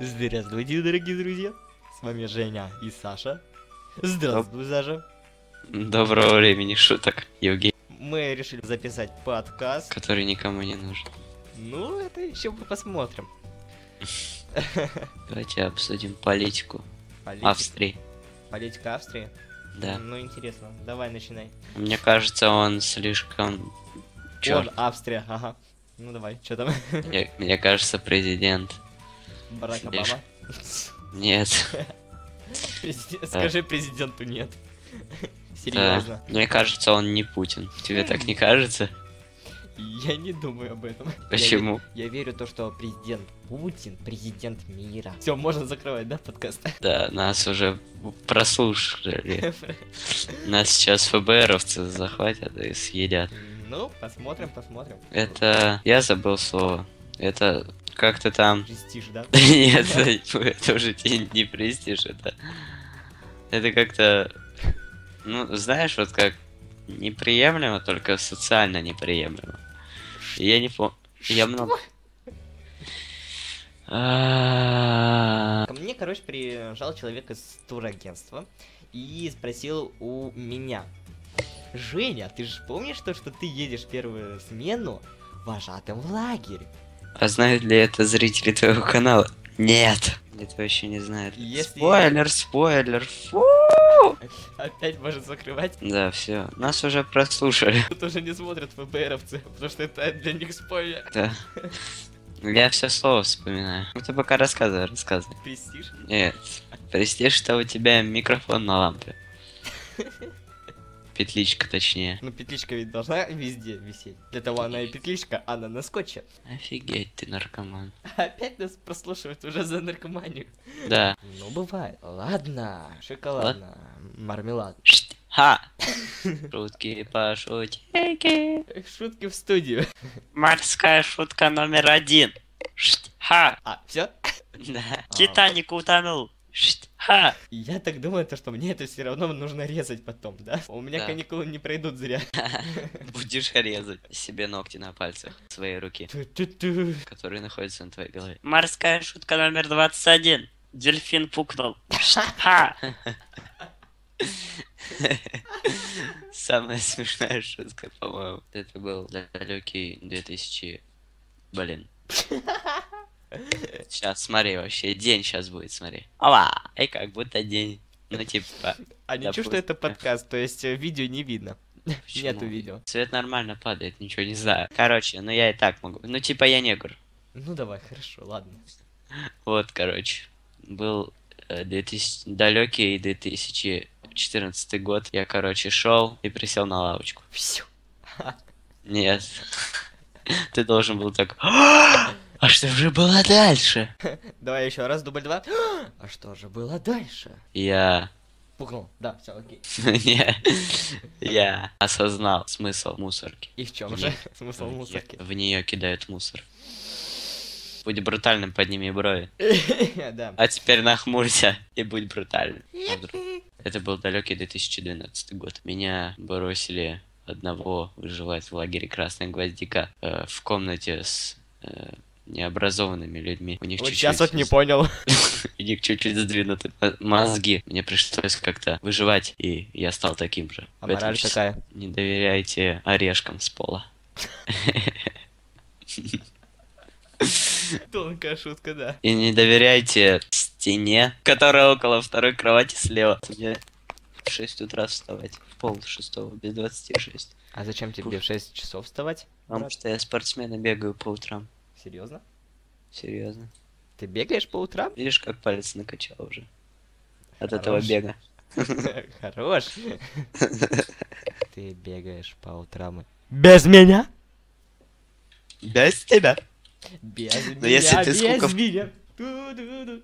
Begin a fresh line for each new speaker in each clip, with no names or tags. Здравствуйте, дорогие друзья! С вами Женя и Саша. Здравствуй, Саша!
Доброго времени шуток, Евгений,
Мы решили записать подкаст.
который никому не нужен.
Ну, это еще мы посмотрим.
Давайте обсудим политику
Политика,
Австрии.
политика Австрии?
Да.
Ну, интересно. Давай, начинай.
Мне кажется, он слишком... Черт,
Он, Австрия, ага. Ну, давай, что там?
мне, мне кажется, президент.
Барак
Слишком.
Обама?
Нет.
Президент-
Да.
Скажи президенту нет.
Да.
Серьезно.
Мне кажется, он не Путин. Тебе так не кажется?
Я не думаю об этом. Я ве-
Почему?
Я, верю в то, что президент Путин президент мира. Все, можно закрывать, да, подкаст?
Да, нас уже прослушали. Нас сейчас ФБРовцы захватят и съедят.
Ну, посмотрим, посмотрим.
Это... Я забыл слово. Это как-то там...
Престиж, да?
Да Нет, это это уже тебе не престиж, это... Это как-то... Ну, знаешь, вот как неприемлемо, только социально неприемлемо. И Я не помню... Я много... А,
Ко мне, короче, приезжал человек из турагентства и спросил у меня. Женя, ты же помнишь то, что ты едешь первую смену вожатым в лагерь?
А знают ли это зрители твоего канала? Нет. Это вообще не знает.
Если-
Спойлер, спойлер. Фу.
Опять можно закрывать.
Да, все. Нас уже прослушали.
Тут уже не смотрят ФБРовцы, потому что это для них спойлер.
Да. Я все слово вспоминаю. Ну ты пока рассказывай, рассказывай.
Престиж?
Нет. Прости, что у тебя микрофон на лампе. Петличка, точнее.
Ну, петличка ведь должна везде висеть. Для того она и петличка, она на скотче.
Офигеть, ты наркоман.
А опять нас прослушивают уже за наркоманию.
Да.
Ну, бывает. Ладно, шоколадно, мармелад.
Шт. Ха! Шутки пошутейки.
Шутки в студию.
Морская шутка номер один. Шт. Ха!
А, все?
Да. Титаник утонул. Шт. Ха!
Я так думаю, то, что мне это все равно нужно резать потом, да? У меня
Да.
каникулы не пройдут зря.
Будешь резать себе ногти на пальцах своей руки,
Ту-ту-ту.
которые находятся на твоей голове. Морская шутка номер 21. Дельфин пукнул. Ха! Самая смешная шутка, по-моему. Это был далекий 2000... Блин. Сейчас, смотри, вообще день сейчас будет, смотри. Ала! И как будто день. Ну, типа...
А ничего, что
Допустим.
это подкаст, то есть э, видео не видно.
почему?
Нету видео.
Цвет нормально падает, ничего не знаю. Короче, ну я и так могу. Ну, типа я негр.
Ну давай, хорошо, ладно.
Вот, короче, был э, 2000, далекий 2014 год. Я, короче, шел и присел на лавочку.
Всё.
Нет. Ты должен был так... А что же было дальше?
Давай еще раз, дубль два. А что же было дальше?
Я...
Пукнул. Да, все, окей.
не, Я осознал смысл мусорки.
И в чем
Нет.
же смысл мусорки?
В нее кидают мусор. Будь брутальным, подними брови.
Да.
А теперь нахмурься и будь брутальным. А вдруг- Это был далекий 2012 год. Меня бросили одного выживать в лагере Красная Гвоздика э, в комнате с э, необразованными людьми. У них
Вот
чуть-чуть
сейчас вот не понял.
у них чуть-чуть сдвинуты мо- мозги. Мне пришлось как-то выживать, и я стал таким же.
А
Поэтому
мораль
сейчас
какая?
Не доверяйте орешкам с пола.
Тонкая шутка, да.
И не доверяйте стене, которая около второй кровати слева. Мне в 6 утра вставать. В пол шестого, без 26.
А зачем тебе
Пуш.
в 6 часов вставать?
Потому что я спортсмена бегаю по утрам.
Серьезно?
Серьезно.
Ты бегаешь по утрам?
Видишь, как палец накачал уже. От
Хорош.
этого бега.
Хорош. Ты бегаешь по утрам. и- Без меня?
Без тебя.
Без
Но Ну, если
меня,
ты
без
сколько в-
меня. Ту-ду-ду.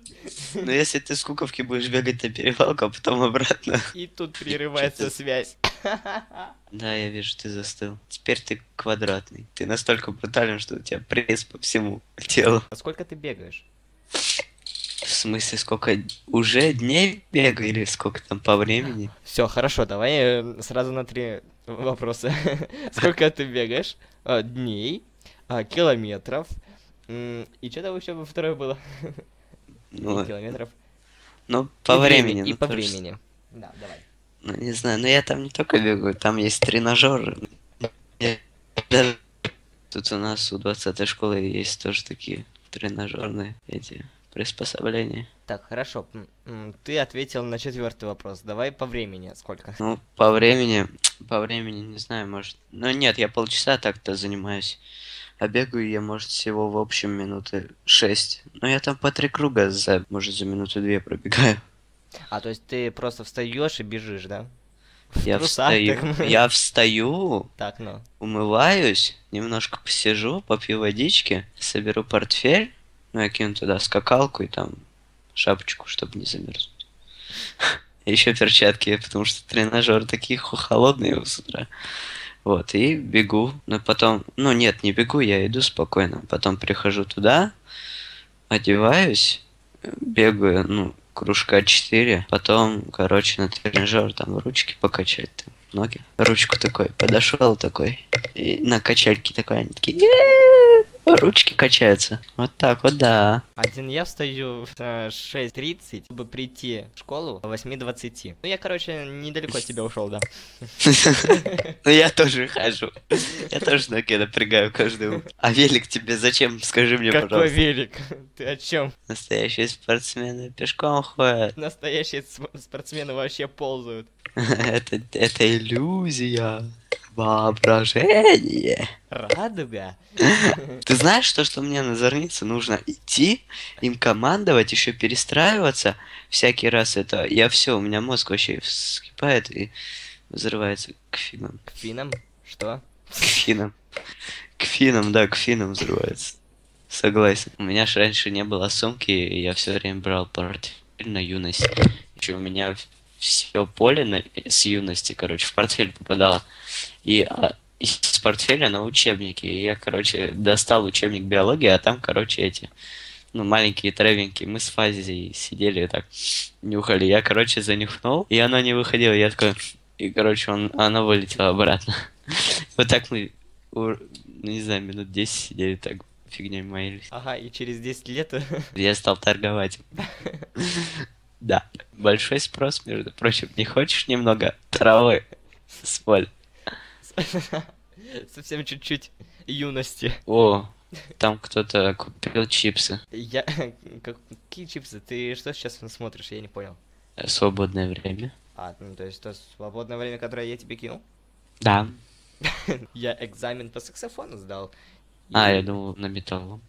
Но Ну, если ты с куковки будешь бегать на перевалку, а потом обратно.
И тут прерывается связь. А
Да, я вижу, ты застыл. Теперь ты квадратный. Ты настолько брутален, что у тебя пресс по всему телу.
А сколько ты бегаешь?
В смысле, сколько уже дней бега или сколько там по времени?
Все, хорошо, давай э, сразу на три вопроса. Сколько ты бегаешь? э, А, Дней, а, километров. М, И что там еще второе было?
Ну,
километров.
ну, по
и
времени.
И
ну,
по
то же
времени. Да, давай.
Ну, не знаю, но я там не только бегаю, там есть тренажер. Я даже- Тут у нас у 20 школы есть тоже такие тренажерные эти приспособления.
Так, хорошо. М, м, Ты ответил на четвертый вопрос. Давай по времени сколько?
Ну, по времени, по времени, не знаю, может... Ну, нет, я полчаса так-то занимаюсь. А бегаю я, может, всего в общем минуты 6. Но я там по три круга за, может, за минуту две пробегаю.
А, то есть ты просто встаешь и бежишь, да?
Я
трусах
встаю,
так.
я встаю,
Так, ну.
умываюсь, немножко посижу, попью водички, соберу портфель, ну, я кину туда скакалку и там шапочку, чтобы не замерзнуть. Еще перчатки, потому что тренажер такие хо- холодные с утра. Вот, и бегу. Но потом, ну нет, не бегу, я иду спокойно. Потом прихожу туда, одеваюсь, бегаю, ну, кружка 4. Потом, короче, на тренажер там ручки покачать, там, ноги. Ручку такой, подошел такой, и на качальке такой, они такие, «Е-е-е!» ручки качаются. Вот так вот, да.
Один я встаю в э, 6.30, чтобы прийти в школу в 8.20. Ну, я, короче, недалеко от тебя ушел, да.
Ну я тоже хожу. Я тоже ноги напрягаю каждый утро. А велик тебе зачем? Скажи мне,
Какой
пожалуйста.
велик? Ты о чем?
Настоящие спортсмены пешком ходят.
Настоящие сп- спортсмены вообще ползают.
Это, это иллюзия. Воображение.
Радуга?
Ты знаешь, то, что мне на зорнице нужно идти, им командовать, еще перестраиваться всякий раз это. Я все, у меня мозг вообще вскипает и взрывается к финам.
К финам? Что?
К финам. К финам, да, к финам взрывается. Согласен. У меня ж раньше не было сумки, и я все время брал портфель на юность. Еще у меня все поле на- с юности, короче, в портфель попадало. И а, из портфеля на учебники. И я, короче, достал учебник биологии, а там, короче, эти ну, маленькие травинки. Мы с Фазией сидели так, нюхали. Я, короче, занюхнул, и она не выходила. Я такой... И, короче, он, она вылетела обратно. Вот так мы, ур- ну, не знаю, минут 10 сидели так фигней моились.
Ага, и через 10 лет...
Я стал торговать. Да. Большой спрос, между прочим. Не хочешь немного травы с поля?
Совсем чуть-чуть юности.
О, там кто-то купил чипсы.
Я... как- Какие чипсы? Ты что сейчас смотришь? Я не понял.
Э, Свободное время.
А, ну то есть то свободное время, которое я тебе кинул?
Да.
Я экзамен по саксофону сдал.
А,
И-
я думал, на металлом.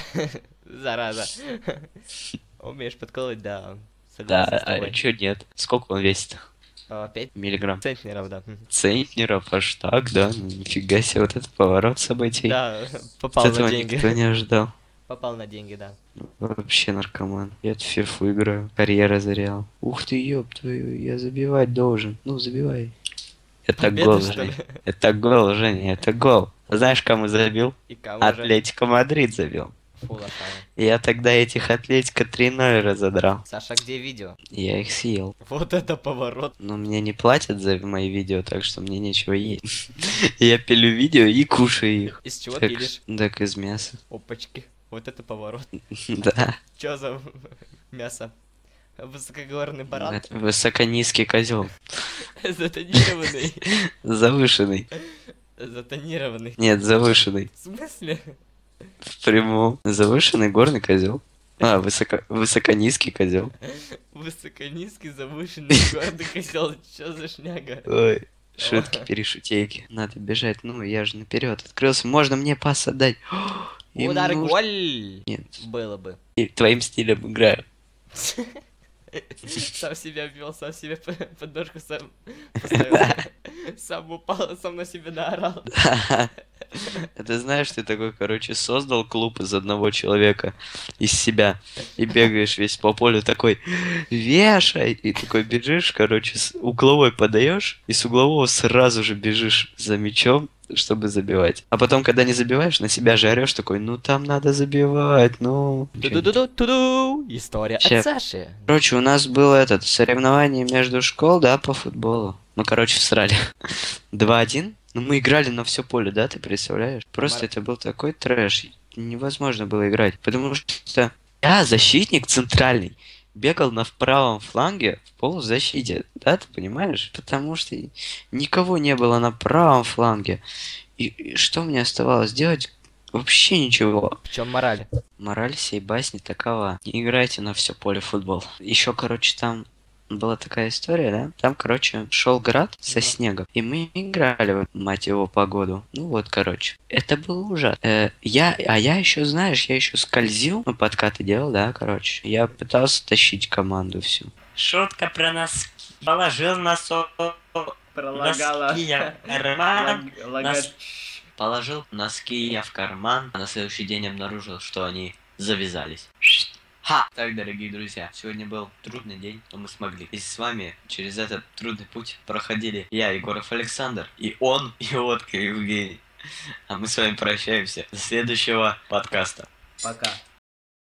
Зараза. Умеешь подколоть, да.
Да,
Согласен с
а
тобой.
чё нет? Сколько он весит?
А, Пять
Миллиграмм.
центнеров, да. Мгм.
Центнеров, аж так, да? Ну, нифига себе, вот это поворот событий.
Да,
Вот
попал
этого
на деньги.
никто не ожидал.
Попал на деньги, да.
Вообще наркоман. Я в фифу играю. Карьера зря. Ух ты, ёб твою, я забивать должен. Ну, забивай. Это
Победа,
гол,
что ли?
Женя. Это гол, Женя, это гол. Знаешь, кому забил?
И кого же?
Атлетико Мадрид забил.
Фу, лохава.
Я тогда этих Атлетико 3-0 разодрал.
Саша, где видео?
Я их съел.
Вот это поворот.
Но мне не платят за мои видео, так что мне нечего есть. Я пилю видео и кушаю их.
Из чего
Так,
пилишь?
так из мяса.
Опачки. Вот это поворот.
Да.
Чё за мясо? Высокогорный баран?
Это Высоконизкий козел.
Затонированный.
Завышенный.
Затонированный.
Нет, завышенный.
В смысле?
В прямом. Завышенный горный козел. А, высоко... высоконизкий козел.
Высоконизкий, завышенный, гордый козел. Чё за шняга?
Ой. Шутки, перешутейки. Надо бежать. Ну, я же наперед открылся. Можно мне пас отдать. Им
Удар
нужно-
голь!
Нет.
Было бы.
И твоим стилем играю.
Сам себя ввел, сам себе п- подножку сам поставил. Сам упал, сам на себя наорал.
А Ты знаешь, ты такой, короче, создал клуб из одного человека, из себя, и бегаешь весь по полю такой, вешай, и такой бежишь, короче, с угловой подаешь, и с углового сразу же бежишь за мячом, чтобы забивать. А потом, когда не забиваешь, на себя же орешь такой, ну там надо забивать, ну...
Ту-ду-ду-ду, ту-ду! История от
Ща.
Саши.
Короче, у нас было этот соревнование между школ, да, по футболу. Мы, короче, всрали. 2-1. Ну, мы играли на все поле, да, ты представляешь? Просто
Мар-
это был такой трэш. Невозможно было играть. Потому что Да, защитник центральный. Бегал на правом фланге в полузащите. Да, ты понимаешь? Потому что никого не было на правом фланге. И, и что мне оставалось делать? Вообще ничего.
В чем мораль?
Мораль всей басни такова. Не играйте на все поле в футбол. Еще, короче, там была такая история, да? Там, короче, шел град
Да.
со снегом. И мы играли, в, мать его, погоду. Ну вот, короче. Это было ужасно. Э, я, а я еще, знаешь, я еще скользил. Ну, подкаты делал, да, короче. Я пытался тащить команду всю.
Шутка про носки. Положил носок носки я в карман. Нос- Положил носки я в карман, а на следующий день обнаружил, что они завязались. Ха! Так, дорогие друзья, сегодня был трудный день, но мы смогли. И с вами через этот трудный путь проходили я, Егоров Александр, и он, и Отка Евгений. А мы с вами прощаемся до следующего подкаста.
Пока.